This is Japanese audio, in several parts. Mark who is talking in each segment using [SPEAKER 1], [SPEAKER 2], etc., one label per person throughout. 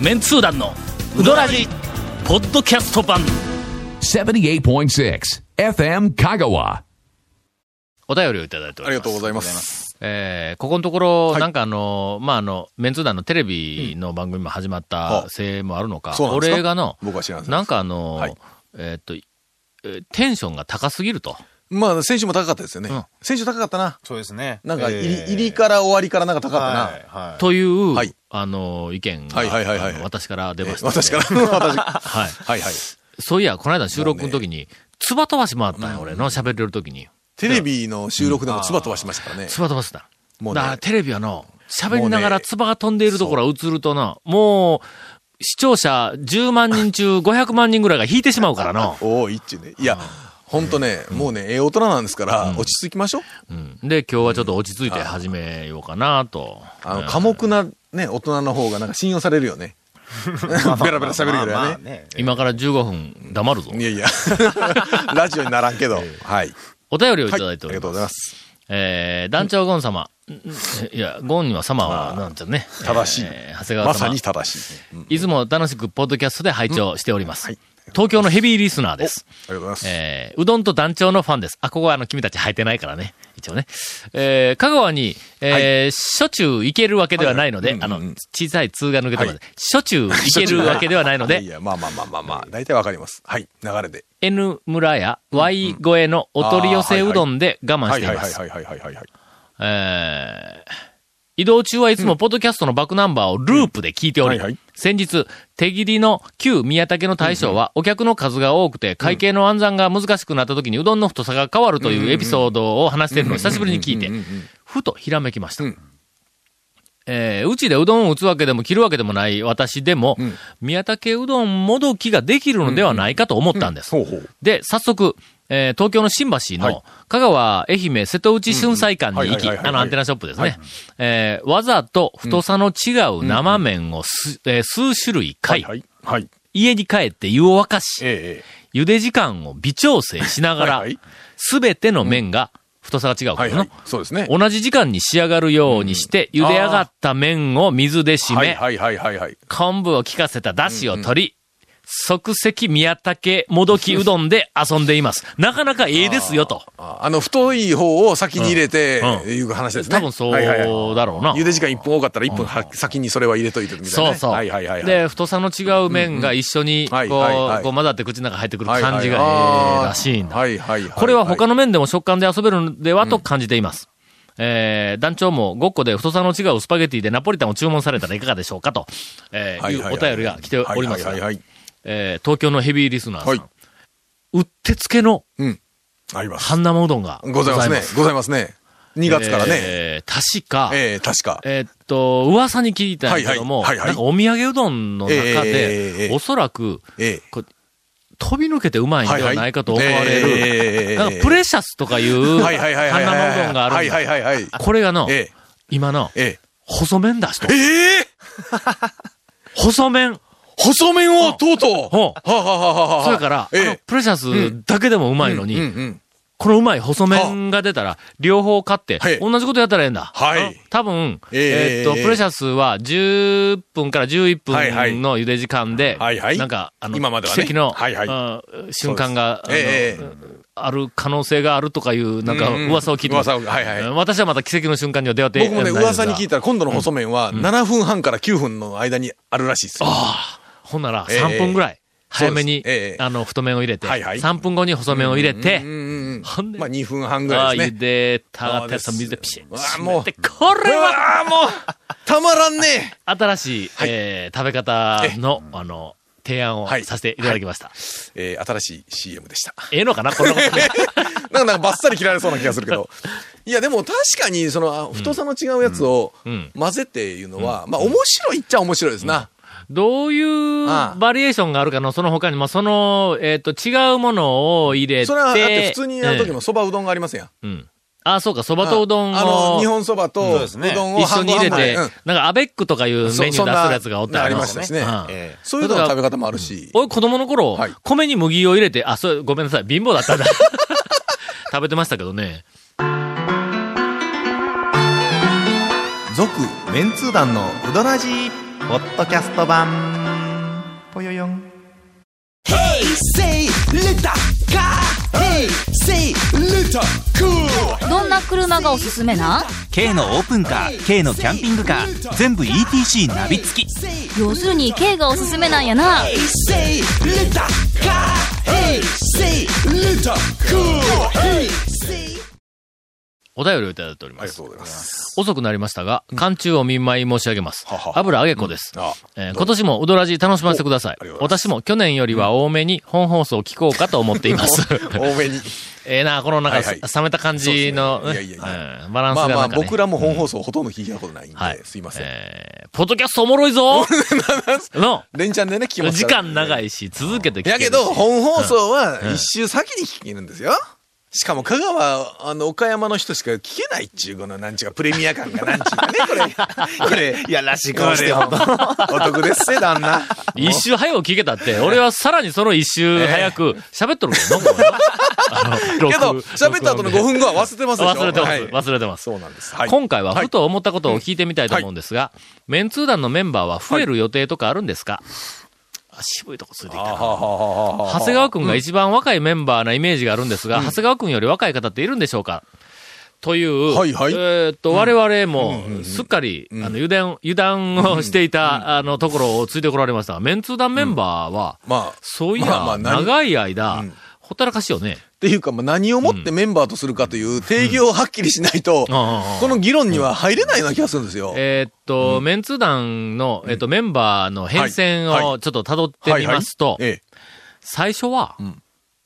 [SPEAKER 1] メンツー団のウドラジポッドキャスト版
[SPEAKER 2] 78.6 FM Kagawa.
[SPEAKER 3] お便りをいただいてお
[SPEAKER 4] あ
[SPEAKER 3] ります。
[SPEAKER 4] りがとうございます。
[SPEAKER 3] えーここのところ、
[SPEAKER 4] はい
[SPEAKER 3] なんかあの、まあ、あの、メンツー団のテレビの番組も始まっ
[SPEAKER 4] う
[SPEAKER 3] た
[SPEAKER 4] ん
[SPEAKER 3] せいもあるのか、
[SPEAKER 4] そうなんですか
[SPEAKER 3] 俺がの、
[SPEAKER 4] 僕は知らないです
[SPEAKER 3] なんかあの、
[SPEAKER 4] はい
[SPEAKER 3] えーっと、えーテンションが高すぎると。
[SPEAKER 4] まあ、先週も高かったですよね。
[SPEAKER 3] うん
[SPEAKER 4] 先週高かったな。
[SPEAKER 5] そうですね。
[SPEAKER 4] なんか入り、
[SPEAKER 5] えー
[SPEAKER 4] 入りから終わりからなんか高かったな。
[SPEAKER 5] はい、はい。
[SPEAKER 3] という、
[SPEAKER 4] はい
[SPEAKER 3] あの、意見が、
[SPEAKER 4] はいはいはいはい
[SPEAKER 3] あの私から出
[SPEAKER 4] え
[SPEAKER 3] まし
[SPEAKER 4] ー
[SPEAKER 3] たので、
[SPEAKER 4] 私から。 私。
[SPEAKER 3] はい。
[SPEAKER 4] はいはい。
[SPEAKER 3] そういや、この間収録の時に、つば飛ばし回ったんよ、俺の喋ってる時に。
[SPEAKER 4] テレビの収録でも唾飛ばしましたからね。
[SPEAKER 3] つば飛ばすな。
[SPEAKER 4] もうね
[SPEAKER 3] だからテレビはの、喋りなが
[SPEAKER 4] も
[SPEAKER 3] ら
[SPEAKER 4] うね。
[SPEAKER 3] つばが飛んでいるところが映るとな、もう、視聴者10万人中500万人ぐらいが引いてしまうからの
[SPEAKER 4] おお、一致ね。いや、ほんとね、もうね、ええ大人なんですから、落ち着きまし ょう。
[SPEAKER 3] うんで、今日はちょっと落ち着いて始めようかなと。
[SPEAKER 4] あの、寡黙なね、大人の方がなんか信用されるよね。ベラベラ喋るより
[SPEAKER 5] まあま
[SPEAKER 4] はね。
[SPEAKER 5] あね。
[SPEAKER 3] 今から15分黙るぞ
[SPEAKER 4] い。やいや、 ラジオにならんけど。はい。
[SPEAKER 3] お便りをいた
[SPEAKER 4] はい。
[SPEAKER 3] だ
[SPEAKER 4] あ
[SPEAKER 3] い
[SPEAKER 4] り
[SPEAKER 3] てお
[SPEAKER 4] がと
[SPEAKER 3] り
[SPEAKER 4] うご
[SPEAKER 3] ま。
[SPEAKER 4] ざいますす。
[SPEAKER 3] えー団長ゴン様。いや、ゴンには様は、なんちゃね。
[SPEAKER 4] 正しい
[SPEAKER 3] えー長谷川様。
[SPEAKER 4] まさに正しい。うん
[SPEAKER 3] いつも楽しくポッドキャストで拝聴しております。
[SPEAKER 4] うんはい
[SPEAKER 3] 東京のヘビーリスナーです。
[SPEAKER 4] ありがとうございます。
[SPEAKER 3] えーうどんと団長のファンです。あ、ここはあの、君たち履いてないからね。一応ね。えー香川に、えーしょっちゅう行けるわけではないので、
[SPEAKER 4] はいはいうんうんうん
[SPEAKER 3] あの、小さい通が抜けてまで、
[SPEAKER 4] はい
[SPEAKER 3] しょっちゅう行けるわけではないの
[SPEAKER 4] いや
[SPEAKER 3] で、
[SPEAKER 4] や、まあまあまあまあまあ、大体わかります。はい、流れで。
[SPEAKER 3] N 村や Y 越えのお取り寄せうどんで我慢
[SPEAKER 4] は
[SPEAKER 3] し
[SPEAKER 4] い
[SPEAKER 3] てい
[SPEAKER 4] はい
[SPEAKER 3] ま
[SPEAKER 4] はい
[SPEAKER 3] す。
[SPEAKER 4] はいはいはいはい。
[SPEAKER 3] えー移動中はいつもポッドキャストのバックナンバーをループで聞いており、
[SPEAKER 4] うんはいはい
[SPEAKER 3] 先日、手切りの旧宮武の大将はお客の数が多くて会計の暗算が難しくなった時にうどんの太さが変わるというエピソードを話しているのを久しぶりに聞いて、ふとひらめきました。
[SPEAKER 4] うん
[SPEAKER 3] えーうちでうどんを打つわけでも切るわけでもない私でも、宮武うどんもどきができるのではないかと思ったんです。
[SPEAKER 4] ほうほう。
[SPEAKER 3] で、早速、えー東京の新橋
[SPEAKER 4] は
[SPEAKER 3] の
[SPEAKER 4] い、
[SPEAKER 3] 香川、愛媛、瀬戸内春菜館に行き、
[SPEAKER 4] うんうんはいはいはいはい
[SPEAKER 3] あの、アンテナショップですね。えーわざと太さの違う生麺をす、えー数種類買い、
[SPEAKER 4] はい。はい。
[SPEAKER 3] 家に帰って湯を沸かし、
[SPEAKER 4] ええ
[SPEAKER 3] 茹で時間を微調整しながら
[SPEAKER 4] はいはい、
[SPEAKER 3] すべ、ての麺が太さが違うから
[SPEAKER 4] はい
[SPEAKER 3] の、
[SPEAKER 4] はい。そうですね。
[SPEAKER 3] 同じ時間に仕上がるようにして、茹で上がった麺を水で締め、
[SPEAKER 4] はいはいはいはいはい。
[SPEAKER 3] 昆布を効かせた出汁を取り、即席宮武もどきうどんで遊んでい ます。なかなかええですよと。
[SPEAKER 4] ああの、太い方を先に入れて
[SPEAKER 3] うん、うん
[SPEAKER 4] いう話ですね。
[SPEAKER 3] 多分そう
[SPEAKER 4] はいはいはい
[SPEAKER 3] だろうな。
[SPEAKER 4] 茹で時間1分多かったら1分は先にそれは入れといてみたいな
[SPEAKER 3] そ
[SPEAKER 4] ね。
[SPEAKER 3] うそう。
[SPEAKER 4] はいはいはいはい。
[SPEAKER 3] で、太さの違う麺が一緒に、こ
[SPEAKER 4] はいはいは
[SPEAKER 3] う、
[SPEAKER 4] い
[SPEAKER 3] こう混ざって口の中入ってくる
[SPEAKER 4] はいはい
[SPEAKER 3] 感じがええらしいんだ。
[SPEAKER 4] はいはいはい。
[SPEAKER 3] これは他
[SPEAKER 4] の、
[SPEAKER 3] の面でも食感で遊べるのではと感じています。えー、団長も5個で太さの違うスパゲティでナポリタンを注文されたらいかがでしょうかと、えー、
[SPEAKER 4] はいいはいはいう
[SPEAKER 3] お便りが来ておりますが
[SPEAKER 4] はいはいはいはい。
[SPEAKER 3] えー、東京のヘビーリスナーさん、
[SPEAKER 4] はいう
[SPEAKER 3] ってつけの
[SPEAKER 4] うん。あります。
[SPEAKER 3] 半生うどんが
[SPEAKER 4] ございますね。ございますね。2月からね。
[SPEAKER 3] えー確か、
[SPEAKER 4] ええ、確か。
[SPEAKER 3] えーっと、噂に聞いたんやけども、
[SPEAKER 4] はいはいはいはい
[SPEAKER 3] なんかお土産うどんの中
[SPEAKER 4] えーえ
[SPEAKER 3] で、
[SPEAKER 4] ーえー
[SPEAKER 3] おそらく、
[SPEAKER 4] ええ。
[SPEAKER 3] こう飛び抜けてうまいんではないかと思われる、
[SPEAKER 4] はいはいえーえー
[SPEAKER 3] なんかプレシャスとかいう、
[SPEAKER 4] は
[SPEAKER 3] 半
[SPEAKER 4] い
[SPEAKER 3] 生
[SPEAKER 4] はいは
[SPEAKER 3] う
[SPEAKER 4] いはいはい。
[SPEAKER 3] どんがあるんだ、
[SPEAKER 4] はいはいはいはい。
[SPEAKER 3] これがの、
[SPEAKER 4] ええ。
[SPEAKER 3] 今の、
[SPEAKER 4] ええ。
[SPEAKER 3] 細麺だしと
[SPEAKER 4] え。え
[SPEAKER 3] 細麺。
[SPEAKER 4] 細麺をとうとう。
[SPEAKER 3] ほう
[SPEAKER 4] はあはあはあはあ
[SPEAKER 3] それから、
[SPEAKER 4] え
[SPEAKER 3] あの
[SPEAKER 4] え。
[SPEAKER 3] プレシャスだけでもうまいのに、
[SPEAKER 4] うんうん。
[SPEAKER 3] このうまい細麺が出たら、両方買って
[SPEAKER 4] はい、
[SPEAKER 3] 同じことやったらええんだ。
[SPEAKER 4] はい
[SPEAKER 3] 多分、え
[SPEAKER 4] えー
[SPEAKER 3] ーっと、プレシャスは10分から11
[SPEAKER 4] はいはい
[SPEAKER 3] 分の茹で時間で、
[SPEAKER 4] はいはい
[SPEAKER 3] なんか、あの、
[SPEAKER 4] 今までは
[SPEAKER 3] 奇
[SPEAKER 4] ね
[SPEAKER 3] 跡の、
[SPEAKER 4] はいはい
[SPEAKER 3] あー瞬間が、あの
[SPEAKER 4] ええ
[SPEAKER 3] ある可能性があるとかいう、なんか、
[SPEAKER 4] うんうん
[SPEAKER 3] 噂を聞いてます、
[SPEAKER 4] 噂をはいはい
[SPEAKER 3] うん私はまた奇跡の瞬間には出会って
[SPEAKER 4] 僕もね、噂に聞い
[SPEAKER 3] て。
[SPEAKER 4] たら、今度の細麺は、7分半から9分の間にあるらしいですよ。
[SPEAKER 3] ほんなら、
[SPEAKER 4] ええ
[SPEAKER 3] 3分ぐらい、早めに、
[SPEAKER 4] そうですええ
[SPEAKER 3] あの、太麺を入れて、
[SPEAKER 4] はいはい
[SPEAKER 3] 3分後に細麺を入れて、
[SPEAKER 4] うんうんうん
[SPEAKER 3] ほんで
[SPEAKER 4] まあ、2分半ぐ
[SPEAKER 3] あ
[SPEAKER 4] ら
[SPEAKER 3] あ、
[SPEAKER 4] いです
[SPEAKER 3] 茹
[SPEAKER 4] ね。
[SPEAKER 3] でた
[SPEAKER 4] そ
[SPEAKER 3] が
[SPEAKER 4] う
[SPEAKER 3] て
[SPEAKER 4] で
[SPEAKER 3] さ、
[SPEAKER 4] す
[SPEAKER 3] 水でピシッ。
[SPEAKER 4] うわーもう
[SPEAKER 3] で、これは
[SPEAKER 4] ああ、もう、たまらんね
[SPEAKER 3] 新しい、えー食べ方の、あの、提案を
[SPEAKER 4] はい
[SPEAKER 3] させていただきました。
[SPEAKER 4] えー新しい CM でした。
[SPEAKER 3] ええのかなこんなこと。
[SPEAKER 4] なんか、なんかバッサリ切られそうな気がするけ ど。いや、でも確かに、その、あ太さの違うやつを
[SPEAKER 3] うん
[SPEAKER 4] 混ぜていうのは、まあ、面白いっちゃ面白いですな。
[SPEAKER 3] どういう
[SPEAKER 4] ああ
[SPEAKER 3] バリエーションがあるかの、その他にも、その、えっ、と、違うものを入れて。
[SPEAKER 4] それは、だって普通にやる時
[SPEAKER 3] も。
[SPEAKER 4] のそばうどんがありますやん。
[SPEAKER 3] うん。ああ、そうか、そばとうどんを。
[SPEAKER 4] あの、日本そばと、
[SPEAKER 5] そう
[SPEAKER 4] う
[SPEAKER 5] ですね
[SPEAKER 4] どんを
[SPEAKER 3] 一緒に入れ
[SPEAKER 4] 半々
[SPEAKER 3] て、
[SPEAKER 4] 半々
[SPEAKER 3] なんかアベックとかいう
[SPEAKER 4] うん
[SPEAKER 3] メニュー出するやつがおった
[SPEAKER 4] そんな
[SPEAKER 3] よ
[SPEAKER 4] あり
[SPEAKER 3] な
[SPEAKER 4] ましたしね。
[SPEAKER 3] うん
[SPEAKER 4] ええそういうのの食べ方もあるし。
[SPEAKER 3] 俺、子供の頃、
[SPEAKER 4] はい
[SPEAKER 3] 米に麦を入れて、あ、そう、ごめんなさい、貧乏だったんだ。 食べてましたけどね。
[SPEAKER 6] 続メンツー団のウドラジー
[SPEAKER 5] ポッドキャスト版ぽよよん
[SPEAKER 6] Hey, say, little car. Hey, say, little cool.
[SPEAKER 7] どんな車がおすすめなん
[SPEAKER 8] K のオープンカー K のキャンピングカー全部 ETC ナビ付き
[SPEAKER 7] 要するに K がおすすめなんやな
[SPEAKER 6] Hey, say, little car. Hey, say, little cool. Hey, say.
[SPEAKER 3] お便りをいただいており
[SPEAKER 4] あ
[SPEAKER 3] ま
[SPEAKER 4] りが
[SPEAKER 3] す
[SPEAKER 4] と。うございます。
[SPEAKER 3] 遅くなりましたが、寒中お見舞い申し上げます
[SPEAKER 4] は。は
[SPEAKER 3] 油揚げ子です。
[SPEAKER 4] あ
[SPEAKER 3] えー今年もうどらじ楽しませてください
[SPEAKER 4] りが。とうござ
[SPEAKER 3] 私
[SPEAKER 4] いま
[SPEAKER 3] も去年よりは多めに本放送を聞こうかと思ってい ます。
[SPEAKER 4] 多めに。
[SPEAKER 3] ええな、このなんか、
[SPEAKER 4] はいはい
[SPEAKER 3] 冷めた感じの、
[SPEAKER 4] そうですねいやいやい
[SPEAKER 3] うんバランス
[SPEAKER 4] ま
[SPEAKER 3] が
[SPEAKER 4] あま
[SPEAKER 3] な
[SPEAKER 4] あ、
[SPEAKER 3] んか、ね。
[SPEAKER 4] 僕らも本放送ほとんど聞いたことないんで、
[SPEAKER 3] はい
[SPEAKER 4] すいません。
[SPEAKER 3] えーポッドキャストおもろい ぞの、
[SPEAKER 4] 連チャンでね、聞きまし
[SPEAKER 3] 時間
[SPEAKER 4] た
[SPEAKER 3] 長
[SPEAKER 4] い。
[SPEAKER 3] いし、続けて聞け
[SPEAKER 4] や
[SPEAKER 3] るし
[SPEAKER 4] けど、本放送は一周先に聞けるんですよ。しかも、香川、あの、岡山の人しか聞けないっちゅう、この、なんちゅうか、プレミア感がなんちゅうかね、こ れ。これ、
[SPEAKER 5] いやらしい
[SPEAKER 4] こうして、ほんとお得ですせ、旦那。
[SPEAKER 3] 一周早く聞けたって、俺はさらにその一周早く喋っとるけどな、これ
[SPEAKER 4] け
[SPEAKER 3] なあ
[SPEAKER 4] ど
[SPEAKER 3] の、
[SPEAKER 4] 喋った後の5分後は忘れてますでしょ
[SPEAKER 3] 忘れてます、
[SPEAKER 4] はい
[SPEAKER 3] 忘れてます。
[SPEAKER 4] そうなんです。はい。
[SPEAKER 3] 今回はふと思ったことを聞いてみたいと思うんですが、メンツー団のメンバーは増える予定とかあるんですか、あ渋いとこついてきたな。長谷川くんが一番若いメンバーなイメージがあるんですが、長谷川くんより若い方っているんでしょうかという、
[SPEAKER 4] はいはい
[SPEAKER 3] えーっと、我々も、すっかり、あの、油断、油断をしていた、あの、ところをついてこられましたが、メンツー団メンバーは、
[SPEAKER 4] まあ、
[SPEAKER 3] そうい
[SPEAKER 4] まあま
[SPEAKER 3] や、
[SPEAKER 4] あ何
[SPEAKER 3] 長い間、ほったらかしよね。
[SPEAKER 4] っていうか、まあ、何をもってメンバーとするかという定義をはっきりしないと、
[SPEAKER 3] ああ
[SPEAKER 4] この議論には入れないような気がするんですよ。
[SPEAKER 3] えーっと、メンツー団の、えーっと、メンバーの変
[SPEAKER 4] はい
[SPEAKER 3] 遷
[SPEAKER 4] は
[SPEAKER 3] をちょっと辿ってみますと、
[SPEAKER 4] ええ。
[SPEAKER 3] 最初は、
[SPEAKER 4] ん
[SPEAKER 3] う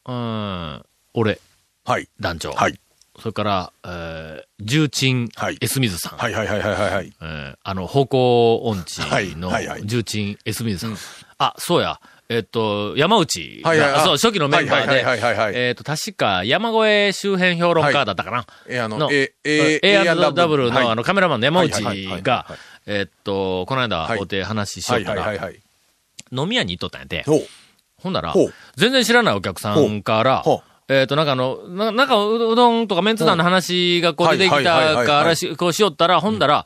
[SPEAKER 3] ーん、俺、
[SPEAKER 4] はい。
[SPEAKER 3] 団長。
[SPEAKER 4] はい。
[SPEAKER 3] それから、えー、重鎮
[SPEAKER 4] はい、
[SPEAKER 3] エスミズさん。
[SPEAKER 4] はいはいはいはいはいはい。
[SPEAKER 3] えーあの、方向音痴の
[SPEAKER 4] はいはいはい
[SPEAKER 3] 重鎮、エスミズさん。あ、そうや。えっと、山内が、
[SPEAKER 4] はいはいはい
[SPEAKER 3] そう、初期のメンバー
[SPEAKER 4] は
[SPEAKER 3] で
[SPEAKER 4] いはいはいはいはい、
[SPEAKER 3] えっと、確か、山越え周辺評論家だったかな。
[SPEAKER 4] えーあの
[SPEAKER 3] の、、
[SPEAKER 4] えー、えー、
[SPEAKER 3] A&W
[SPEAKER 4] はい
[SPEAKER 3] のあの、カメラマンの山
[SPEAKER 4] はいはいはいは
[SPEAKER 3] 内
[SPEAKER 4] い
[SPEAKER 3] が
[SPEAKER 4] はい、
[SPEAKER 3] えっと、この間、
[SPEAKER 4] はい
[SPEAKER 3] お手話ししよ
[SPEAKER 4] は
[SPEAKER 3] う
[SPEAKER 4] い
[SPEAKER 3] か
[SPEAKER 4] はいはい
[SPEAKER 3] ら、
[SPEAKER 4] はい。
[SPEAKER 3] 飲み屋に行っとったんやて。
[SPEAKER 4] ほう。
[SPEAKER 3] ほんなら
[SPEAKER 4] ほう、
[SPEAKER 3] 全然知らないお客さんから
[SPEAKER 4] ほうほう、
[SPEAKER 3] えっ、と、なんかあの、ななんかううどんとかメンツ団の話がこう
[SPEAKER 4] ほ
[SPEAKER 3] 出
[SPEAKER 4] う
[SPEAKER 3] てき
[SPEAKER 4] はいはいはいは
[SPEAKER 3] た
[SPEAKER 4] い
[SPEAKER 3] からし、こうしよったら、ほんだら、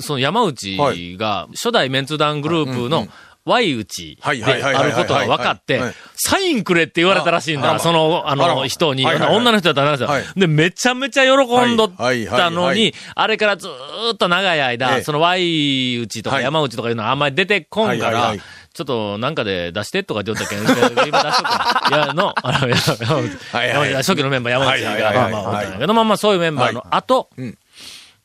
[SPEAKER 3] その山内が初代メンツ団グループの Y 内で
[SPEAKER 4] はいはいはい
[SPEAKER 3] あ
[SPEAKER 4] はい
[SPEAKER 3] ることが分かって
[SPEAKER 4] はいはい、
[SPEAKER 3] サインくれって言われたらしいん
[SPEAKER 4] ああ
[SPEAKER 3] だ、
[SPEAKER 4] ら
[SPEAKER 3] その、あ
[SPEAKER 4] あ
[SPEAKER 3] の
[SPEAKER 4] ら
[SPEAKER 3] 人に。
[SPEAKER 4] はいはいはい
[SPEAKER 3] 女の人だったらなん
[SPEAKER 4] はい
[SPEAKER 3] ですよ。で、めちゃめちゃ喜んどっ
[SPEAKER 4] はいはいは
[SPEAKER 3] た
[SPEAKER 4] い
[SPEAKER 3] の
[SPEAKER 4] は
[SPEAKER 3] に
[SPEAKER 4] い、
[SPEAKER 3] あれからずーっと長い
[SPEAKER 4] え
[SPEAKER 3] 間、
[SPEAKER 4] え
[SPEAKER 3] その Y 内とか
[SPEAKER 4] はい
[SPEAKER 3] 山内とかいうのはあんまり出てこんか
[SPEAKER 4] はいはい
[SPEAKER 3] ら
[SPEAKER 4] はい、
[SPEAKER 3] ちょっとなんかで出してとか言っておったけん、今出しとく からいや、の、あの、や山内
[SPEAKER 4] はいはい
[SPEAKER 3] 山内初期のメンバー山内
[SPEAKER 4] はいはい
[SPEAKER 3] が、
[SPEAKER 4] はいはい
[SPEAKER 3] まあまあ、おったんやけど、まあまあそういうメンバーの
[SPEAKER 4] は
[SPEAKER 3] 後、
[SPEAKER 4] う
[SPEAKER 3] うん
[SPEAKER 4] ん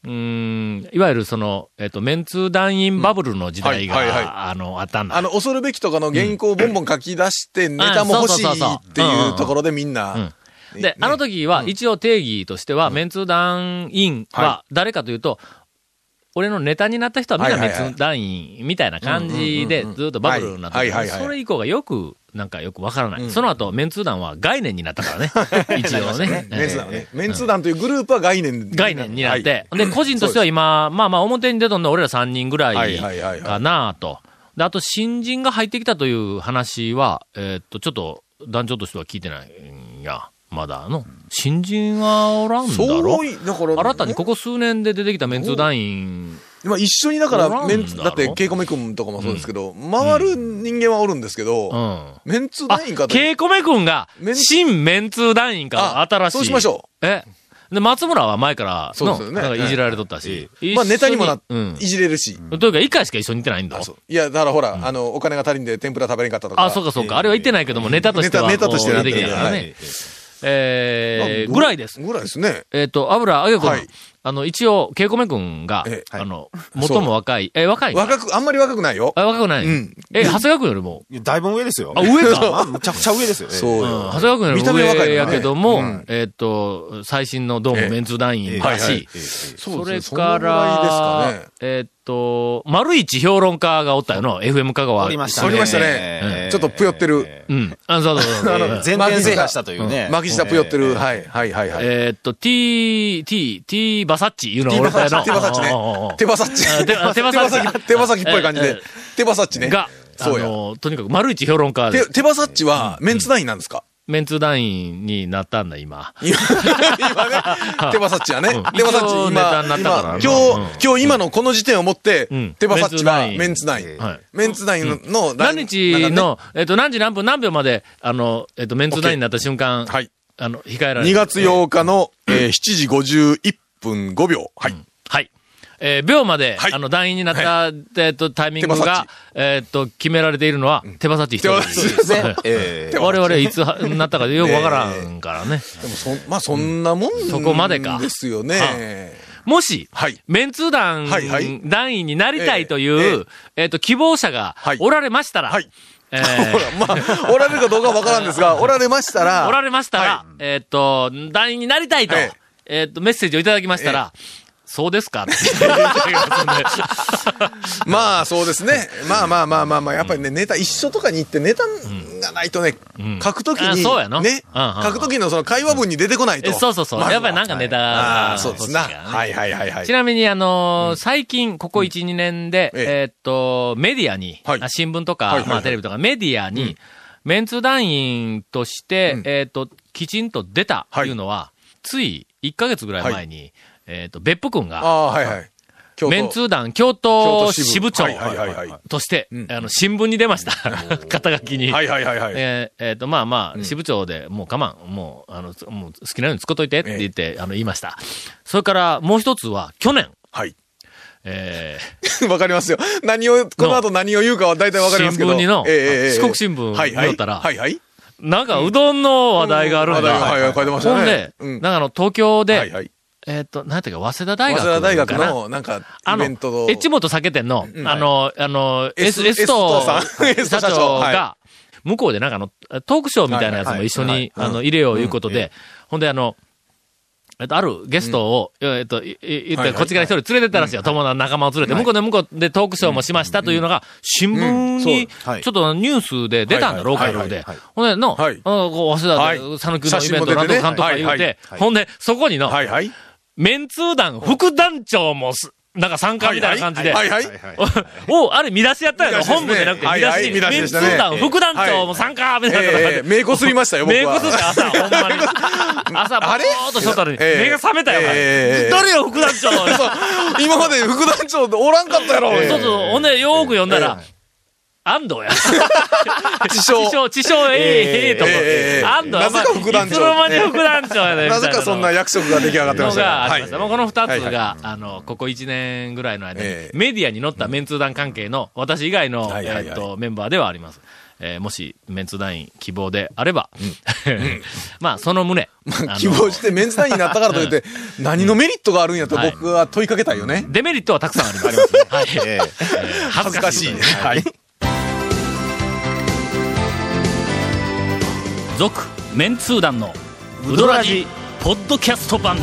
[SPEAKER 3] ん、いわゆるその、えっと、メンツ団員バブルの時代
[SPEAKER 4] うんはいはいはい
[SPEAKER 3] が、あの、あったんだ
[SPEAKER 4] あ。の、恐るべきとかの原稿をボンボン書き出して、ネタも欲しいっていうところでみんな。ね
[SPEAKER 3] で、あの時は一応定義としては、メンツ団員は
[SPEAKER 4] は
[SPEAKER 3] 誰かというと、俺のネタになった人はみんな
[SPEAKER 4] はい
[SPEAKER 3] メ
[SPEAKER 4] はい
[SPEAKER 3] ン
[SPEAKER 4] はい
[SPEAKER 3] ツ団員みたいな感じでずっとバブルになっ
[SPEAKER 4] はい
[SPEAKER 3] て
[SPEAKER 4] はいはい
[SPEAKER 3] て、
[SPEAKER 4] はい
[SPEAKER 3] それ以降がよく、なんかよくわからない。その後、メンツ団は概念になった からね。一応ね。
[SPEAKER 4] メンツ団ね。メンツ団というグループは概念。
[SPEAKER 3] 概念になって。
[SPEAKER 4] はい
[SPEAKER 3] で、個人としては今、まあまあ表に出とんのは俺ら3人ぐら
[SPEAKER 4] はいいはいはいはい
[SPEAKER 3] かなと。で、あと新人が入ってきたという話は、えーっと、ちょっと団長としては聞いてないんや。まだの。新人はおらんだろ
[SPEAKER 4] そうい、だから、
[SPEAKER 3] 新たにここ数年で出てきたメンツ団員、
[SPEAKER 4] まあ一緒にだか
[SPEAKER 3] おらん
[SPEAKER 4] ら、メンツ、
[SPEAKER 3] だろ
[SPEAKER 4] だって、ケイコメ君とかもそうですけど、回る人間はおるんですけど、
[SPEAKER 3] うん。あ、
[SPEAKER 4] メンツないんかと。
[SPEAKER 3] ケイコメ君が
[SPEAKER 4] メン、
[SPEAKER 3] 新メンツ団員から
[SPEAKER 4] あ
[SPEAKER 3] 新しい。
[SPEAKER 4] そうしましょ
[SPEAKER 3] う。えで、松村は前から
[SPEAKER 4] そうです
[SPEAKER 3] の、
[SPEAKER 4] よね
[SPEAKER 3] なんかいじられとったし。一緒
[SPEAKER 4] まあネタにもな、
[SPEAKER 3] うん
[SPEAKER 4] い。じれるし。
[SPEAKER 3] というか、一回しか一緒に行ってないんだ
[SPEAKER 4] あ。そういや、だからほら、あの、お金が足りんで天ぷら食べれんかったとか。
[SPEAKER 3] あ、そうかそうか。あれは言ってないけども、ネタとしてはもう。
[SPEAKER 4] ネタネタとしてなって
[SPEAKER 3] 出
[SPEAKER 4] る
[SPEAKER 3] てきたから
[SPEAKER 4] は
[SPEAKER 3] ね
[SPEAKER 4] い。
[SPEAKER 3] えー
[SPEAKER 4] あ
[SPEAKER 3] ぐらいです。
[SPEAKER 4] ぐらいですね。
[SPEAKER 3] えっと、油揚げ子の
[SPEAKER 4] はい
[SPEAKER 3] あの、一応、ケイコメ君が
[SPEAKER 4] え、え
[SPEAKER 3] あの、
[SPEAKER 4] い
[SPEAKER 3] 最も若い。え、若いんか
[SPEAKER 4] 若く、あんまり若くないよ。
[SPEAKER 3] あ若くない
[SPEAKER 4] うん
[SPEAKER 3] え、長谷川君よりも。
[SPEAKER 5] いやだいぶ上ですよ
[SPEAKER 3] あ、上か。
[SPEAKER 5] あむちゃくちゃ上ですよね
[SPEAKER 4] そう
[SPEAKER 3] うん
[SPEAKER 4] よ。
[SPEAKER 3] 長谷川君より
[SPEAKER 4] 見た
[SPEAKER 3] も
[SPEAKER 4] 目若い
[SPEAKER 3] 上
[SPEAKER 4] のね
[SPEAKER 3] やけども、
[SPEAKER 4] うん
[SPEAKER 3] えっと、最新のドームメンツ団員だ
[SPEAKER 4] はいは
[SPEAKER 3] し
[SPEAKER 4] い、
[SPEAKER 3] そ
[SPEAKER 4] そう
[SPEAKER 3] れ
[SPEAKER 4] ですね
[SPEAKER 3] から
[SPEAKER 4] そのぐらいですかね、
[SPEAKER 3] えっと、丸一評論家がおったよの、FM 香川。
[SPEAKER 5] おりました
[SPEAKER 4] お
[SPEAKER 5] ね
[SPEAKER 4] りましたね
[SPEAKER 5] えー
[SPEAKER 4] ちょっとぷよってる
[SPEAKER 3] うん。あ、そうそう そう。
[SPEAKER 5] えー前
[SPEAKER 4] 巻
[SPEAKER 5] 転
[SPEAKER 4] き舌
[SPEAKER 5] 出したというね
[SPEAKER 4] 巻き舌ぷよって
[SPEAKER 5] え
[SPEAKER 4] る。
[SPEAKER 5] ー
[SPEAKER 4] はい、はい、はい、はい。
[SPEAKER 3] えーっと、t, t, t バサッチいうのは俺からの。
[SPEAKER 4] 手羽先ね
[SPEAKER 3] おうおうおう。
[SPEAKER 4] 手羽先
[SPEAKER 3] あ手羽手羽先
[SPEAKER 4] 手羽先っぽい感じ
[SPEAKER 3] え
[SPEAKER 4] で
[SPEAKER 3] え。
[SPEAKER 4] 手羽先ね。
[SPEAKER 3] が、あ
[SPEAKER 4] そうや。
[SPEAKER 3] の、とにかく、丸一評論家で
[SPEAKER 4] 手、手羽先はメンツナインなんですか
[SPEAKER 3] メンツー団員になったんだ、今。
[SPEAKER 4] 今 今ね、手羽サッチはね
[SPEAKER 3] うん、
[SPEAKER 4] 手羽サッ
[SPEAKER 3] 一
[SPEAKER 4] チ
[SPEAKER 3] 応
[SPEAKER 4] 今、
[SPEAKER 3] ネタになったからなう
[SPEAKER 4] 今今
[SPEAKER 3] ん
[SPEAKER 4] 日、今日今のこの時点をもって
[SPEAKER 3] うん、
[SPEAKER 4] 手羽サッチはメ
[SPEAKER 3] メ
[SPEAKER 4] ン
[SPEAKER 3] ン
[SPEAKER 4] ツ
[SPEAKER 3] ツ
[SPEAKER 4] ナイン。
[SPEAKER 3] はい。
[SPEAKER 4] メンツナインのライン
[SPEAKER 3] 何日の、えっと、何時何分何秒まで、あの、えっと、メンツー団員になった瞬間、
[SPEAKER 4] はい。
[SPEAKER 3] あの、控えられ
[SPEAKER 4] 2
[SPEAKER 3] る。
[SPEAKER 4] 月8日のえー7時51分5秒。はい。
[SPEAKER 3] はい。えー秒まで、
[SPEAKER 4] はい
[SPEAKER 3] あの、団員になった、えっと、タイミング
[SPEAKER 4] 手羽先
[SPEAKER 3] が、えっと、決められているのは、手羽先一人
[SPEAKER 4] 手羽
[SPEAKER 3] です
[SPEAKER 4] 先
[SPEAKER 5] です ね。え
[SPEAKER 4] 手羽
[SPEAKER 3] 我
[SPEAKER 4] 先
[SPEAKER 3] 々いつはなったかよくわからんからね。
[SPEAKER 4] でもそん、まあそんなもん
[SPEAKER 3] そこまでか
[SPEAKER 4] ですよね。
[SPEAKER 3] もし、
[SPEAKER 4] はい
[SPEAKER 3] メンツー団、
[SPEAKER 4] はいはい
[SPEAKER 3] 団員になりたいとい
[SPEAKER 4] ええ
[SPEAKER 3] う、えっ、と、希望者が
[SPEAKER 4] はい
[SPEAKER 3] おられましたら、
[SPEAKER 4] はい
[SPEAKER 3] えー
[SPEAKER 4] ほら、まあ、おられるかどうかわから んですが、おられました ら、
[SPEAKER 3] おられましたら、えっ、と、団員になりたいと、
[SPEAKER 4] え
[SPEAKER 3] えっ、と、メッセージをいただきましたら、そうです かって 言ってくれますんで
[SPEAKER 4] まあそうですね。まあまあまあまあまあ、やっぱりね、ネタ一緒とかに行ってネタがないとね、書くとき
[SPEAKER 3] あ
[SPEAKER 4] に、
[SPEAKER 3] そうやの
[SPEAKER 4] ね、
[SPEAKER 3] うんうんうん
[SPEAKER 4] 書くときのその会話文に出てこないと。
[SPEAKER 3] えそうそうそう。
[SPEAKER 4] まずは
[SPEAKER 3] やっぱりなんかネタが
[SPEAKER 4] ああ、そうですな。
[SPEAKER 3] 欲しいからね
[SPEAKER 4] はいはいはいはい
[SPEAKER 3] ち。なみに、あのー最近、ここ1、2年で、
[SPEAKER 4] ええ
[SPEAKER 3] えーっと、メディアに、
[SPEAKER 4] はい
[SPEAKER 3] あ新聞とか、
[SPEAKER 4] はいはいはい
[SPEAKER 3] まあ、テレビとか、メディアに、メンツ団員として、
[SPEAKER 4] うん
[SPEAKER 3] えーっと、きちんと出たというのは、つい1ヶ月ぐらい前に、えーっと、別府君
[SPEAKER 4] あ
[SPEAKER 3] が、
[SPEAKER 4] あ、はいはい。京都
[SPEAKER 3] メンツ団京
[SPEAKER 4] 京
[SPEAKER 3] 都
[SPEAKER 4] 都
[SPEAKER 3] 支
[SPEAKER 4] 支
[SPEAKER 3] 部
[SPEAKER 4] 部
[SPEAKER 3] 長
[SPEAKER 4] はいはいはいはい
[SPEAKER 3] として、
[SPEAKER 4] うん
[SPEAKER 3] あの、新聞に出ました。肩書きに。
[SPEAKER 4] はいはいはいはい。
[SPEAKER 3] えーえーと、まあまあ、支部長で、もう我慢、もう、あの、つもう好きなように使っといてって言って、あの、言いました。それから、もう一つは、去年、
[SPEAKER 4] はい。
[SPEAKER 3] えー
[SPEAKER 4] わかりますよ。何を、この後何を言うかは大体わかりますけど。
[SPEAKER 3] 新聞にの
[SPEAKER 4] ええええ
[SPEAKER 3] 四国新聞
[SPEAKER 4] はいは
[SPEAKER 3] 見
[SPEAKER 4] い
[SPEAKER 3] よったら
[SPEAKER 4] はいはい。
[SPEAKER 3] なんか、うどんの話題があるんだ。
[SPEAKER 4] 話題がはいはい、書いてましたね。
[SPEAKER 3] ほんで、
[SPEAKER 4] うん
[SPEAKER 3] なんかあの、東京で、
[SPEAKER 4] はいはい。
[SPEAKER 3] えっ、と、なんていうか、早稲田大
[SPEAKER 4] 早
[SPEAKER 3] 学
[SPEAKER 4] 稲
[SPEAKER 3] かな。
[SPEAKER 4] 田大学の、なんか、
[SPEAKER 3] あ
[SPEAKER 4] イ
[SPEAKER 3] の
[SPEAKER 4] ベントの、
[SPEAKER 3] 越本酒店の、あの、あの、
[SPEAKER 4] S-
[SPEAKER 3] S、S と
[SPEAKER 4] S とさん S と
[SPEAKER 3] 社
[SPEAKER 4] 社長
[SPEAKER 3] 長
[SPEAKER 4] は
[SPEAKER 3] が、向こうでなんかあの、トークショーみたいなやつも一緒
[SPEAKER 4] はいはい
[SPEAKER 3] に、あの、入れよういうことで、ほんであの、えっと、あるゲストを、えっと、いい言っ
[SPEAKER 4] はい
[SPEAKER 3] て、
[SPEAKER 4] はい
[SPEAKER 3] こっちから一人連れてったらしいよ。友達、仲間を連れて、向こうで向こうでトークショーもしましたというのが、新聞に、
[SPEAKER 5] そうはい
[SPEAKER 3] ちょっとニュースで出たん
[SPEAKER 4] は
[SPEAKER 3] だ、
[SPEAKER 4] い
[SPEAKER 3] ローカル
[SPEAKER 5] は
[SPEAKER 3] で
[SPEAKER 5] いはい。
[SPEAKER 3] ほんでの、
[SPEAKER 4] はい
[SPEAKER 3] あのこう早
[SPEAKER 4] はい
[SPEAKER 3] 稲田、讃岐のイベント、
[SPEAKER 4] 写真も
[SPEAKER 3] なん
[SPEAKER 4] 出て
[SPEAKER 3] と
[SPEAKER 4] ね
[SPEAKER 3] かなんとか言う
[SPEAKER 4] はいはい
[SPEAKER 3] て、ほんで、そこにの、
[SPEAKER 4] はいはい。
[SPEAKER 3] メンツー団副団長もす、なんか参加みたいな感じで、
[SPEAKER 4] はいはい。
[SPEAKER 3] お、あれ見出しやったんやろ、
[SPEAKER 4] 見出しですね
[SPEAKER 3] 本部じゃなくて、
[SPEAKER 4] はい
[SPEAKER 3] 見
[SPEAKER 4] はい
[SPEAKER 3] 出しに、
[SPEAKER 4] 見出し
[SPEAKER 3] メン
[SPEAKER 4] でし
[SPEAKER 3] ツ
[SPEAKER 4] たね
[SPEAKER 3] ー団副団長も参加みたいな感じ
[SPEAKER 4] ええ、
[SPEAKER 3] で。
[SPEAKER 4] 目こすりましたよ、僕
[SPEAKER 3] 目
[SPEAKER 4] は。
[SPEAKER 3] こすって朝、ほんまに。朝、ぼ
[SPEAKER 4] あれ
[SPEAKER 3] ーっとしとったのに、
[SPEAKER 4] ええ
[SPEAKER 3] 目が覚めたよ、
[SPEAKER 4] ええ
[SPEAKER 3] 誰よ、副団長。
[SPEAKER 4] そう今まで副団長おらんかったやろ。
[SPEAKER 3] ちょっと、ほんで、よーく読んだら、安藤や。
[SPEAKER 4] 自
[SPEAKER 3] 地
[SPEAKER 4] 称。
[SPEAKER 3] 称、地称、ええ、ええ、と思っ
[SPEAKER 4] ええ
[SPEAKER 3] て。安藤
[SPEAKER 4] なぜか副団長
[SPEAKER 3] いつの間に副団長やねんみた
[SPEAKER 4] ないぜかそんな役職が出来上がってま
[SPEAKER 3] の
[SPEAKER 4] した
[SPEAKER 3] があ
[SPEAKER 4] は
[SPEAKER 3] り
[SPEAKER 4] い
[SPEAKER 3] ました。もうこの二つ
[SPEAKER 4] はいは
[SPEAKER 3] が、あの、ここ一年ぐらいの間に
[SPEAKER 4] え、え
[SPEAKER 3] メディアに載ったメンツー団関係の、私以外の、
[SPEAKER 4] はいはいはい
[SPEAKER 3] えっと、メンバーではあります。えーもし、メンツー団員希望であれば、 まあ、その 胸。あの
[SPEAKER 4] 希望してメンズ団員になったからといって、何のメリットがあるんやと
[SPEAKER 3] はい
[SPEAKER 4] 僕は問いかけたいよね。
[SPEAKER 3] デメリットはたくさんあります。はい
[SPEAKER 5] え
[SPEAKER 3] 恥
[SPEAKER 4] 恥
[SPEAKER 3] ず
[SPEAKER 4] ず
[SPEAKER 3] か
[SPEAKER 4] か
[SPEAKER 3] し
[SPEAKER 4] し
[SPEAKER 3] い
[SPEAKER 4] い。
[SPEAKER 3] という。
[SPEAKER 4] はい。
[SPEAKER 1] 続メンツー団のウドラジポッドキャスト版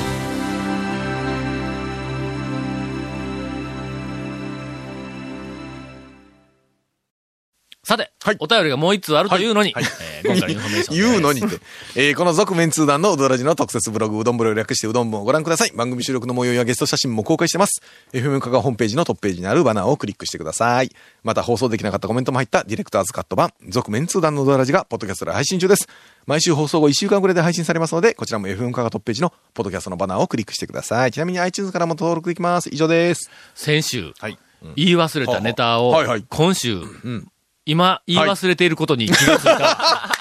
[SPEAKER 3] さて、
[SPEAKER 4] はい
[SPEAKER 3] お便りがもう一通あるというのに、えー今回のインフォメーションです
[SPEAKER 4] 言うのにって。えーこの続面通談のうどらじの特設ブログ、うどんブログ略してうどん部をご覧ください。番組収録の模様やゲスト写真も公開してます。FM カカホームページのトップページにあるバナーをクリックしてください。また放送できなかったコメントも入ったディレクターズカット版、続面通談のうどらじが、ポッドキャストで配信中です。毎週放送後1週間くらいで配信されますので、こちらも FM カカトップページのポッドキャストのバナーをクリックしてください。ちなみに iTunes からも登録できます。以上です。
[SPEAKER 3] 先週、
[SPEAKER 5] はい
[SPEAKER 3] 言い忘れたネタを、
[SPEAKER 4] はいはい
[SPEAKER 3] 今週、今言い忘れていることに気がついた。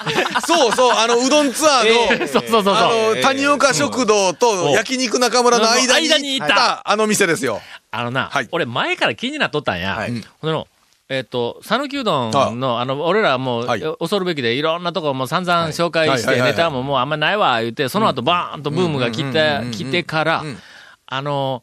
[SPEAKER 4] そうそう、あの、うどんツアーの、
[SPEAKER 3] そうそうそうそう。
[SPEAKER 4] あ
[SPEAKER 3] あの
[SPEAKER 4] の、谷岡食堂と焼肉中村の間に
[SPEAKER 3] 間にい
[SPEAKER 4] 行
[SPEAKER 3] た
[SPEAKER 4] った、あの店ですよ。
[SPEAKER 3] な、
[SPEAKER 4] はい
[SPEAKER 3] 俺前から気になっとったんや。
[SPEAKER 5] はい
[SPEAKER 3] この、えっ、と、讃岐うどんの、あの、俺らもう、
[SPEAKER 4] はい
[SPEAKER 3] 恐るべきでいろんなとこもう散々紹介し
[SPEAKER 4] はい
[SPEAKER 3] て、
[SPEAKER 4] はいはいはい
[SPEAKER 3] ネタももうあんまないわ、言って、その後バーンとブームが来て、来てから、あの、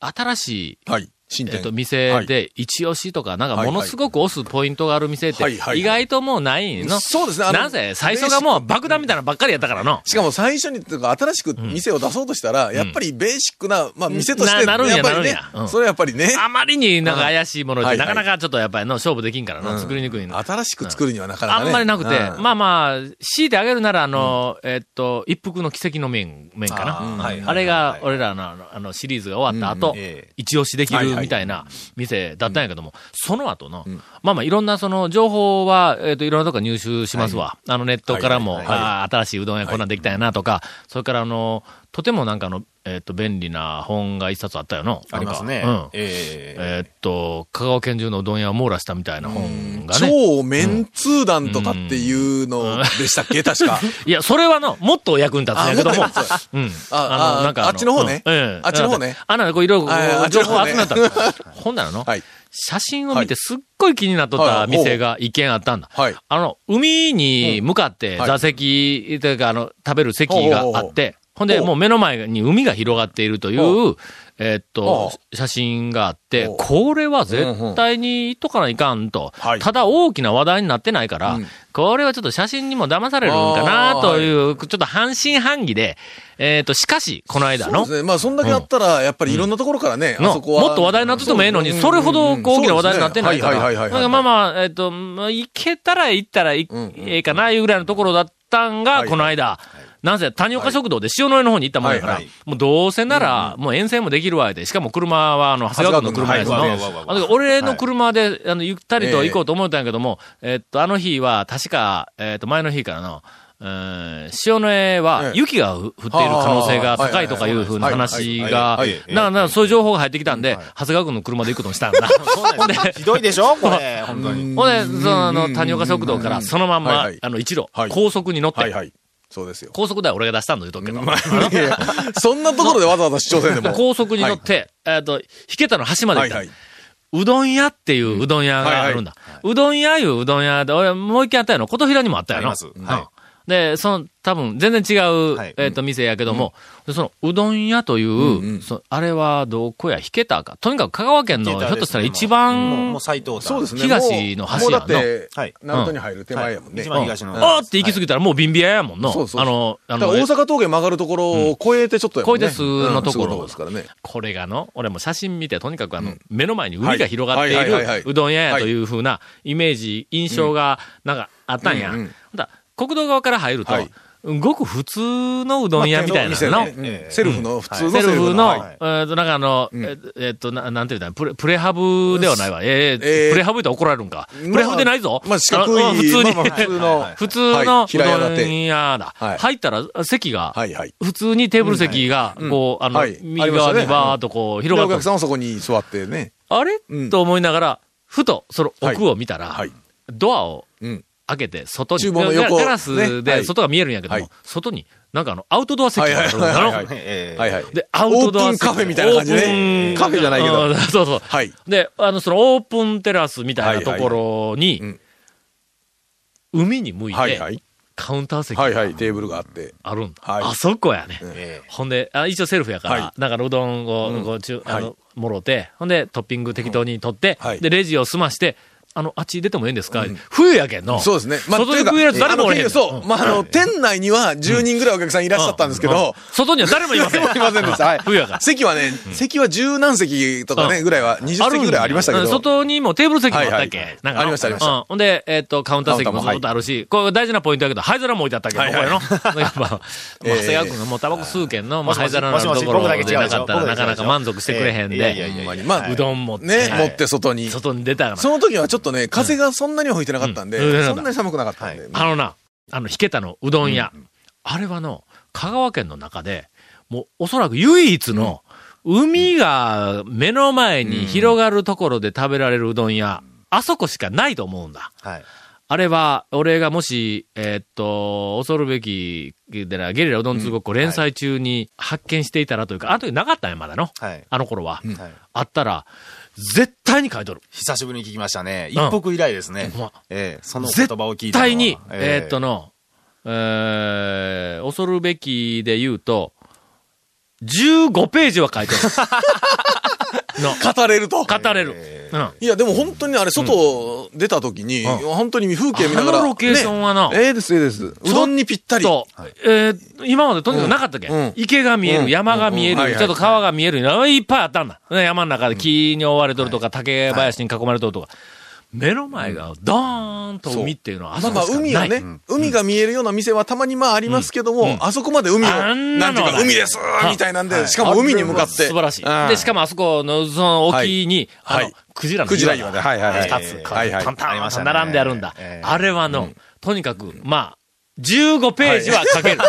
[SPEAKER 3] 新しい、
[SPEAKER 4] はい。新
[SPEAKER 3] えっ
[SPEAKER 4] 店。
[SPEAKER 3] と、店で、一押しとか、なんか、ものすごく押すポイントがある店って
[SPEAKER 4] はいはいは、い
[SPEAKER 3] 意外ともうないの。
[SPEAKER 4] そうですねあの
[SPEAKER 3] なぜ最初がもう爆弾みたいなのばっかりやったからの。
[SPEAKER 4] しかも最初にというか新しく店を出そうとしたら、やっぱりベーシックな、まあ店として、
[SPEAKER 3] ななるんや
[SPEAKER 4] っぱり
[SPEAKER 3] なる
[SPEAKER 4] ね
[SPEAKER 3] んやうん
[SPEAKER 4] それはやっぱりね、
[SPEAKER 3] あまりになんか怪しいもの
[SPEAKER 4] は
[SPEAKER 3] で、
[SPEAKER 4] いは
[SPEAKER 3] ないかなかちょっとやっぱりの、勝負できんからな、作りにくいの。
[SPEAKER 4] 新しく作るにはなかなか
[SPEAKER 3] あ
[SPEAKER 4] ね。
[SPEAKER 3] んまりなくて、
[SPEAKER 4] うん
[SPEAKER 3] まあまあ、強いてあげるなら、あの、えっと、一服の奇跡の麺、麺かな。あれが、俺らのあのあのシリーズが終わった後
[SPEAKER 5] ええ、
[SPEAKER 3] 一押しできるみたいな店だったんやけども、その後の、まあまあいろんなその情報は、えっ、と、いろんなとこから入手しますわ。あのネットからも、
[SPEAKER 4] はいはいはい
[SPEAKER 3] ああ、新しいうどん屋こんなんできたんやなとか、それからあの、とてもなんかあの、えっ、と、便利な本が一冊あったよな。
[SPEAKER 5] ありますね。
[SPEAKER 3] なんかうん。
[SPEAKER 5] ええ
[SPEAKER 3] えーっと、香川県中のうどん屋を網羅したみたいな本がね。
[SPEAKER 4] 超メンツー団とかっていうのでしたっけ確か。
[SPEAKER 3] いや、それはの、もっと役に立つんやけども。
[SPEAKER 4] あもっと役に立
[SPEAKER 3] うん。
[SPEAKER 4] あああっちの方ね
[SPEAKER 3] うんええ
[SPEAKER 4] あっちの方ね
[SPEAKER 3] あなんかこういろいろこ
[SPEAKER 4] はいあ
[SPEAKER 3] う
[SPEAKER 4] っちの
[SPEAKER 3] 情
[SPEAKER 4] 方
[SPEAKER 3] 報
[SPEAKER 4] ね
[SPEAKER 3] 集めたの。 ほんならの、
[SPEAKER 4] はい。
[SPEAKER 3] 写真を見てすっごい気になっとった店が一軒あったんだ。
[SPEAKER 4] はい。
[SPEAKER 3] あの、海に向かって
[SPEAKER 4] はい
[SPEAKER 3] 座席、というか、あの、食べる席があ
[SPEAKER 4] ほうほ
[SPEAKER 3] っ
[SPEAKER 4] う
[SPEAKER 3] て、ほんで、
[SPEAKER 4] ほう
[SPEAKER 3] もう目の前に海が広がっていると
[SPEAKER 4] ほ
[SPEAKER 3] いう、えーっと
[SPEAKER 4] ほ、
[SPEAKER 3] 写真があって
[SPEAKER 4] ほう、
[SPEAKER 3] これは絶対に行っとかないかんと
[SPEAKER 4] はい。
[SPEAKER 3] ただ大きな話題になってないから
[SPEAKER 4] うん、
[SPEAKER 3] これはちょっと写真にも騙されるんか
[SPEAKER 4] あー
[SPEAKER 3] なという、ちょっと半信半疑で、えーっと、しかし、この間
[SPEAKER 4] そう
[SPEAKER 3] の
[SPEAKER 4] です、ね。まあ、そんだけあったら、やっぱりいろんなところからね、あ
[SPEAKER 3] の
[SPEAKER 4] そこは。
[SPEAKER 3] もっと話題になっててもええのに、
[SPEAKER 4] うん
[SPEAKER 3] それほどこう大きな話題になってないから。
[SPEAKER 4] そうですねはいはいはいはいは
[SPEAKER 3] な
[SPEAKER 4] い
[SPEAKER 3] んかまあまあ、えっ、と、まあ、行けたら行ったらい、
[SPEAKER 4] うんうん
[SPEAKER 3] ええかな、いうぐらいのところだったんが、
[SPEAKER 4] はい
[SPEAKER 3] この間。なんせ、谷岡食堂で塩の江の方に行ったもんやから、
[SPEAKER 4] はいはい
[SPEAKER 3] もうどうせなら、もう遠征もできるわけで、しかも車は、あの、長谷川君の車やつの、
[SPEAKER 4] はい
[SPEAKER 5] わわわわわ
[SPEAKER 3] あの俺の車で、あの、ゆったりと行こうと思ったんやけども、えっと、あの日は、確か、えっと、前の日からの、えー塩の江
[SPEAKER 4] え
[SPEAKER 3] は
[SPEAKER 4] え
[SPEAKER 3] 雪が降っている可能性が高いとかいうふうな話が、ななそういう情報が入ってきたんで、長谷川君の車で行くことにしたんだ。ほんで、
[SPEAKER 5] ひどいでしょこれ、本当に。
[SPEAKER 3] ほんで、その、あの、谷岡食堂からそのまん
[SPEAKER 4] は
[SPEAKER 3] ま
[SPEAKER 4] いはい、
[SPEAKER 3] あの、一路
[SPEAKER 4] はい、
[SPEAKER 3] 高速に乗っ
[SPEAKER 4] はい
[SPEAKER 3] て、
[SPEAKER 4] はい。そうですよ。
[SPEAKER 3] 高速代は俺が出したんだ言うとくけど、
[SPEAKER 4] いやいやそんなところでわざわざ主張せんでも。
[SPEAKER 3] 高速に乗って、えっと、引けたの端まで
[SPEAKER 4] は
[SPEAKER 3] 行っ
[SPEAKER 4] い
[SPEAKER 3] た
[SPEAKER 4] はい。。
[SPEAKER 3] うどん屋っていううどん屋があるんだ。うどん屋いううどん屋で、俺もう一軒あったやろ。琴平にもあったやろ。
[SPEAKER 5] あります
[SPEAKER 3] うん
[SPEAKER 5] は
[SPEAKER 3] で、その、多分、全然違う、
[SPEAKER 5] はい
[SPEAKER 3] えっ、と、店やけども、でその、うどん屋という、
[SPEAKER 4] んうん
[SPEAKER 3] そのあれはどこや、引けたか。とにかく香川県の、ひょっとしたら一
[SPEAKER 5] もう
[SPEAKER 3] 番、
[SPEAKER 5] もう斎藤
[SPEAKER 4] そうですね。
[SPEAKER 3] 東の
[SPEAKER 4] もう
[SPEAKER 3] 橋
[SPEAKER 4] も
[SPEAKER 3] や
[SPEAKER 4] うだ
[SPEAKER 3] んの
[SPEAKER 4] って
[SPEAKER 5] はい、
[SPEAKER 4] ナルトに入る手前やもんね。
[SPEAKER 5] 一
[SPEAKER 4] だ
[SPEAKER 5] 番東の。
[SPEAKER 3] あーって行き過ぎたらもうビンビアやもんの。
[SPEAKER 4] そうそうそう
[SPEAKER 3] あの、あ
[SPEAKER 4] から
[SPEAKER 3] の、
[SPEAKER 4] 大阪峠曲がるところを越えてちょっとやもん
[SPEAKER 3] 越
[SPEAKER 4] ね。
[SPEAKER 3] えてすぐのところ
[SPEAKER 4] うんすぐのですからね。
[SPEAKER 3] これがの、俺も写真見て、とにかくあの、目の前に海が広がって
[SPEAKER 4] はいいはいはいはい
[SPEAKER 3] るうどん屋やというふうなイメージ、印象が、なんかあったんや。
[SPEAKER 4] うんうん
[SPEAKER 3] ほんだ国道側から入ると
[SPEAKER 4] はい、
[SPEAKER 3] ごく普通のうどん屋みたいなの。
[SPEAKER 4] 店ね
[SPEAKER 5] ええ
[SPEAKER 4] セルフの、普通の
[SPEAKER 3] セ
[SPEAKER 4] セ
[SPEAKER 3] ル
[SPEAKER 4] ル
[SPEAKER 3] フ
[SPEAKER 4] フ
[SPEAKER 3] の、
[SPEAKER 4] の。
[SPEAKER 3] えーと、なんかあの、えーえーっと、ななんていうんだプレ、プレハブではないわ。えー
[SPEAKER 4] えー
[SPEAKER 3] プレハブ言ったら怒られるんか。プレハブでないぞ。
[SPEAKER 4] まあ、四角
[SPEAKER 3] あの
[SPEAKER 4] い、
[SPEAKER 3] 普通に、
[SPEAKER 4] まあまあ普通の。
[SPEAKER 3] 普通の
[SPEAKER 4] は
[SPEAKER 3] う
[SPEAKER 4] い平屋
[SPEAKER 3] ど
[SPEAKER 4] 建
[SPEAKER 3] ん
[SPEAKER 4] て。
[SPEAKER 3] 屋だ。
[SPEAKER 4] はい
[SPEAKER 3] 入ったら席が、
[SPEAKER 4] はいはい。
[SPEAKER 3] 普通にテーブル席が、こう、あの、
[SPEAKER 4] はい
[SPEAKER 3] 右側にバーっとこう、
[SPEAKER 4] で
[SPEAKER 3] 広が
[SPEAKER 4] お
[SPEAKER 3] って
[SPEAKER 4] 客さんはそこに座ってね。
[SPEAKER 3] あれ、
[SPEAKER 4] うん
[SPEAKER 3] と思いながら、ふとその奥を見たら、
[SPEAKER 4] はいはい
[SPEAKER 3] ドアを
[SPEAKER 4] うん。
[SPEAKER 3] 開けて、外に、
[SPEAKER 4] 厨房の横
[SPEAKER 3] ガラス
[SPEAKER 4] ねは
[SPEAKER 3] で
[SPEAKER 4] い
[SPEAKER 3] 外が見えるんやけども、
[SPEAKER 4] はい
[SPEAKER 3] 外に、なんかあの、アウトドア席があるん
[SPEAKER 4] はい
[SPEAKER 3] だ
[SPEAKER 4] はいはい
[SPEAKER 3] ろ
[SPEAKER 4] はい
[SPEAKER 5] ええ
[SPEAKER 4] はいはい。
[SPEAKER 3] で、アウトドア席。
[SPEAKER 4] オープンカフェみたいな感じね
[SPEAKER 3] オープン
[SPEAKER 4] カフェじゃないけど
[SPEAKER 3] うんそうそう。
[SPEAKER 4] はい。
[SPEAKER 3] で、あの、そのオープンテラスみたいなところに、
[SPEAKER 4] はいはいはい
[SPEAKER 3] 海に向いて、
[SPEAKER 4] はいはい。
[SPEAKER 3] カウンター席
[SPEAKER 4] はいは
[SPEAKER 3] が
[SPEAKER 4] い。テーブルがあって。
[SPEAKER 3] あるんだ。
[SPEAKER 4] はい
[SPEAKER 3] あそこやね。
[SPEAKER 5] ええ
[SPEAKER 3] ほんで、あ一応セルフやから、
[SPEAKER 4] は
[SPEAKER 3] なんかのうどんを、
[SPEAKER 4] うん
[SPEAKER 3] こうちゅあの
[SPEAKER 4] は
[SPEAKER 3] もろて、ほんで、トッピング適当に取って、
[SPEAKER 4] うんはい
[SPEAKER 3] で、レジを済まして、あの、あっち出てもええんですか、冬やけんの。
[SPEAKER 4] そうですね。
[SPEAKER 3] 外で食えるやつ誰もおれへん
[SPEAKER 4] あのそう。まあ、あの、店内には10人ぐらいお客さんいらっしゃったんですけ
[SPEAKER 3] うんうん
[SPEAKER 4] ど、
[SPEAKER 3] 外には誰もいませ ん。
[SPEAKER 4] いませんでした。はい
[SPEAKER 3] 冬やから。
[SPEAKER 4] 席はね、席は十何席とか
[SPEAKER 3] う
[SPEAKER 4] ね、ぐらいは、20席ぐらいありましたけ
[SPEAKER 3] うん
[SPEAKER 4] ど。
[SPEAKER 3] 外にもテーブル席もあったっけ、
[SPEAKER 4] はいはい
[SPEAKER 3] なんかの
[SPEAKER 4] ありましたありました
[SPEAKER 3] うんほんで、えっ、と、カウンター席も
[SPEAKER 4] カウ
[SPEAKER 3] ず
[SPEAKER 4] ン
[SPEAKER 3] っ
[SPEAKER 4] タ
[SPEAKER 3] とあるし、これ大事なポイントだけど、灰皿も置いてあったけど、
[SPEAKER 4] はいはい
[SPEAKER 3] ここやの。やっぱ、まあ長谷川君がもうタバコ吸うけんの、まあ、
[SPEAKER 5] もしも
[SPEAKER 3] 灰
[SPEAKER 5] し
[SPEAKER 3] 皿のとこ
[SPEAKER 5] もし
[SPEAKER 3] ろ
[SPEAKER 5] もし僕だけ違うで
[SPEAKER 3] で
[SPEAKER 5] し
[SPEAKER 3] な
[SPEAKER 5] ょ
[SPEAKER 3] かったら
[SPEAKER 5] 僕
[SPEAKER 3] な
[SPEAKER 5] だけ違
[SPEAKER 3] か
[SPEAKER 5] うでし
[SPEAKER 3] なか
[SPEAKER 5] ょ
[SPEAKER 3] 満足してくれへん
[SPEAKER 5] ええいやい
[SPEAKER 3] で
[SPEAKER 5] やい、やいや
[SPEAKER 4] まあ
[SPEAKER 5] は
[SPEAKER 3] うどん持って、
[SPEAKER 4] ね、
[SPEAKER 3] はい
[SPEAKER 4] 持って外に。
[SPEAKER 3] 外に出たらな
[SPEAKER 4] その時はちょっとね、風がそんなには吹いてなかったんで、
[SPEAKER 3] うんうん
[SPEAKER 4] そんなに寒くなかったんで。
[SPEAKER 3] あのな、あの、引けたのうどん屋。あれはの、香川県の中で、もうおそらく唯一の、海が目の前に広がるところで食べられるうどん屋、あそこしかないと思うんだ。
[SPEAKER 5] はい。
[SPEAKER 3] あれは、俺がもし、えーっと、恐るべき、でな、ゲリラうどん通ごっこ連載中に発見していたらというか、あの時なかったんや、まだの。
[SPEAKER 5] はい
[SPEAKER 3] あの頃は。
[SPEAKER 5] はい
[SPEAKER 3] あったら、絶対に買い取る。
[SPEAKER 5] 久しぶりに聞きましたね。一服以来ですね
[SPEAKER 3] うんほんま。
[SPEAKER 5] ええその言
[SPEAKER 3] 絶
[SPEAKER 5] 葉を聞いたのは。
[SPEAKER 3] 対に、えーっと
[SPEAKER 5] ね。
[SPEAKER 3] の、えー、恐るべきで言うと、15ページは書い てある。の、
[SPEAKER 4] 語れると。
[SPEAKER 3] 語れる。
[SPEAKER 5] え
[SPEAKER 3] うん。
[SPEAKER 4] いや、でも本当にあれ、外出た時に、本当に風景見ながら。
[SPEAKER 3] あのロケーションはな
[SPEAKER 4] ねええです、ええです。うどんにぴったり。
[SPEAKER 3] と、えー今までとにかくなかったっけ、
[SPEAKER 4] うん
[SPEAKER 3] 池が見える、
[SPEAKER 4] うん
[SPEAKER 3] 山が見える、
[SPEAKER 4] うんはいはい
[SPEAKER 3] ちょっと川が見える、いっぱいあったんだ。ね山の中で木に覆われとるとか、竹林に囲まれとるとか。目の前がドーンと海っていうのはあ
[SPEAKER 4] ま
[SPEAKER 3] そ
[SPEAKER 4] あま
[SPEAKER 3] こ
[SPEAKER 4] あ
[SPEAKER 3] しかない。
[SPEAKER 4] 海はね、海が見えるような店はたまにまあありますけども、あそこまで海を、
[SPEAKER 3] あん
[SPEAKER 4] な
[SPEAKER 3] なんのは
[SPEAKER 4] て
[SPEAKER 3] な
[SPEAKER 4] いうか、
[SPEAKER 3] い
[SPEAKER 4] 海ですみたいなんで、しかも海に向かって。
[SPEAKER 3] 素晴らし
[SPEAKER 4] うん
[SPEAKER 3] い。で、しかもあそこの、その沖に、
[SPEAKER 4] は
[SPEAKER 3] あ
[SPEAKER 4] いは
[SPEAKER 3] の
[SPEAKER 4] い、
[SPEAKER 3] クジラの
[SPEAKER 4] クジラ岩で、はいはいはい。
[SPEAKER 3] 二つ、こう
[SPEAKER 4] はい
[SPEAKER 3] パ
[SPEAKER 4] は
[SPEAKER 3] ン
[SPEAKER 4] い
[SPEAKER 3] パン
[SPEAKER 5] ありまし
[SPEAKER 3] パ
[SPEAKER 5] た
[SPEAKER 3] ン
[SPEAKER 5] ね
[SPEAKER 3] 並んであるんだ
[SPEAKER 5] え。え
[SPEAKER 3] あれはの、とにかく、まあ、15ページは書ける。え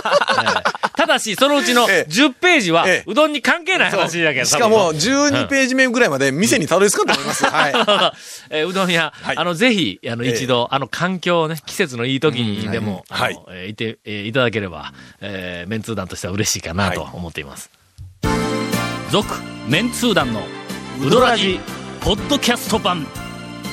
[SPEAKER 3] えただし、そのうちの
[SPEAKER 4] ええ
[SPEAKER 3] 10ページは
[SPEAKER 4] ええ、
[SPEAKER 3] うどんに関係ない話だけど、
[SPEAKER 4] しかも、
[SPEAKER 3] 多分
[SPEAKER 4] 12ページ目ぐらいまで店にたどり着かんと思 います。はい。
[SPEAKER 3] えーうどん屋、
[SPEAKER 4] はい
[SPEAKER 3] あの、ぜひ、あの、
[SPEAKER 4] ええ
[SPEAKER 3] 一度、あの、環境をね、季節のいい時にでも、あの
[SPEAKER 4] はい
[SPEAKER 3] えーいて、えーいただければ、えーメンツー団としては嬉しいかなと思っています。
[SPEAKER 1] 続メンツー団のウドラジポッドキャスト版